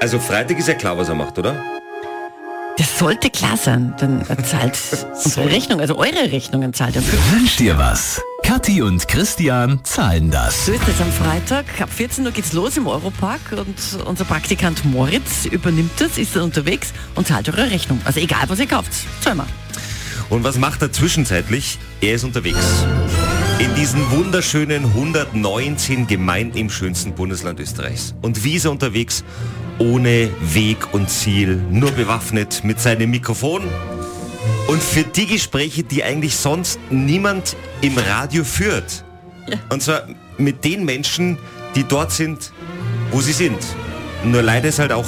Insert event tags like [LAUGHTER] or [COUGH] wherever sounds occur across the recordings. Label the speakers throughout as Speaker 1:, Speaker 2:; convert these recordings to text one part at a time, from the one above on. Speaker 1: Also Freitag ist ja klar, was er macht, oder?
Speaker 2: Das sollte klar sein, denn er [LAUGHS] zahlt unsere Rechnung, also eure Rechnungen zahlt er.
Speaker 3: Wünscht dir was? Kathi und Christian zahlen das.
Speaker 2: So ist es am Freitag. Ab 14 Uhr geht's los im Europark und unser Praktikant Moritz übernimmt das, ist dann unterwegs und zahlt eure Rechnung. Also egal, was ihr kauft, zahl mal.
Speaker 1: Und was macht er zwischenzeitlich? Er ist unterwegs. In diesen wunderschönen 119 Gemeinden im schönsten Bundesland Österreichs. Und wie ist er unterwegs? Ohne Weg und Ziel, nur bewaffnet mit seinem Mikrofon. Und für die Gespräche, die eigentlich sonst niemand im Radio führt. Und zwar mit den Menschen, die dort sind, wo sie sind. Nur leider ist halt auch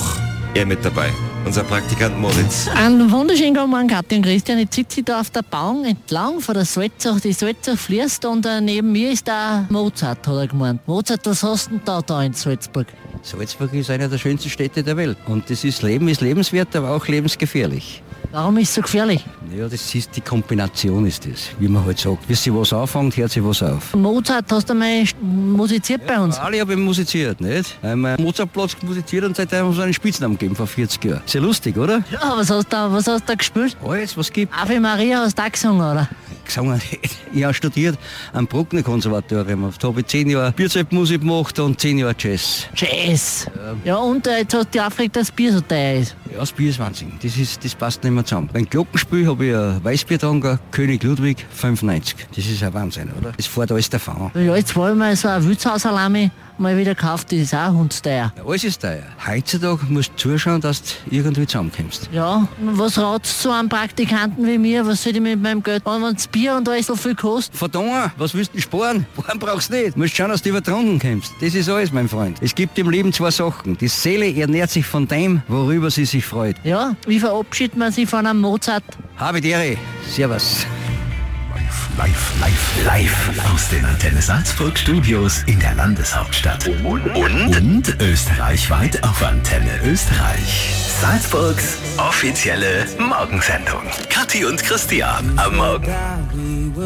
Speaker 1: er mit dabei, unser Praktikant Moritz.
Speaker 4: Einen wunderschönen guten Morgen, Katja und Christian. Jetzt sitze ich da auf der Bank entlang von der Salzach. Die Salzach fließt und äh, neben mir ist da Mozart, hat er gemeint. Mozart, was hast du denn da, da in Salzburg?
Speaker 5: Salzburg ist eine der schönsten Städte der Welt. Und das ist Leben ist lebenswert, aber auch lebensgefährlich.
Speaker 4: Warum ist es so gefährlich?
Speaker 5: Ja, das ist die Kombination ist das, wie man heute sagt. Wisst ihr, was anfängt, hört sie was auf.
Speaker 4: Mozart, hast du mal st- musiziert bei uns?
Speaker 5: Alle haben musiziert, nicht? Ähm, Einmal am Mozartplatz musiziert und seitdem haben sie einen Spitznamen gegeben vor 40 Jahren. Sehr lustig, oder?
Speaker 4: Ja, was hast du da, was hast du da gespielt?
Speaker 5: Alles, was gibt.
Speaker 4: Ave Maria hast du da gesungen, oder?
Speaker 5: Gesungen. [LAUGHS] Ich habe studiert am Bruckner Konservatorium. Da habe ich zehn Jahre Bierzeltmusik gemacht und zehn Jahre Jazz.
Speaker 4: Jazz. Ja, und äh, jetzt hast du dich aufgeregt, dass das Bier so teuer ist.
Speaker 5: Ja, das Bier ist Wahnsinn. Das, ist, das passt nicht mehr zusammen. Beim Glockenspiel habe ich ein Weißbier dran, König Ludwig 95. Das ist ein Wahnsinn, oder? Das fährt alles davon.
Speaker 4: Ja, jetzt wollen wir so eine Wildsausalami mal wieder gekauft, die ist auch hundsteuer.
Speaker 5: Ja, Alles ist teuer. Heutzutage musst du zuschauen, dass du irgendwie zusammenkommst.
Speaker 4: Ja, was ratst du so einem Praktikanten wie mir? Was soll ich mit meinem Geld machen, wenn das Bier und alles so viel kostet?
Speaker 5: Verdammt, was willst du sparen? [LAUGHS] Sparen brauchst du nicht. Du musst schauen, dass du übertrunken kommst. Das ist alles, mein Freund. Es gibt im Leben zwei Sachen. Die Seele ernährt sich von dem, worüber sie sich freut.
Speaker 4: Ja, wie verabschiedet man sich von einem Mozart?
Speaker 5: Habe die Ehre. Servus.
Speaker 3: Live, live, live, live aus den Antenne Salzburg Studios in der Landeshauptstadt. Und, österreichweit auf Antenne Österreich. Salzburgs offizielle Morgensendung. Kathi und Christian am Morgen.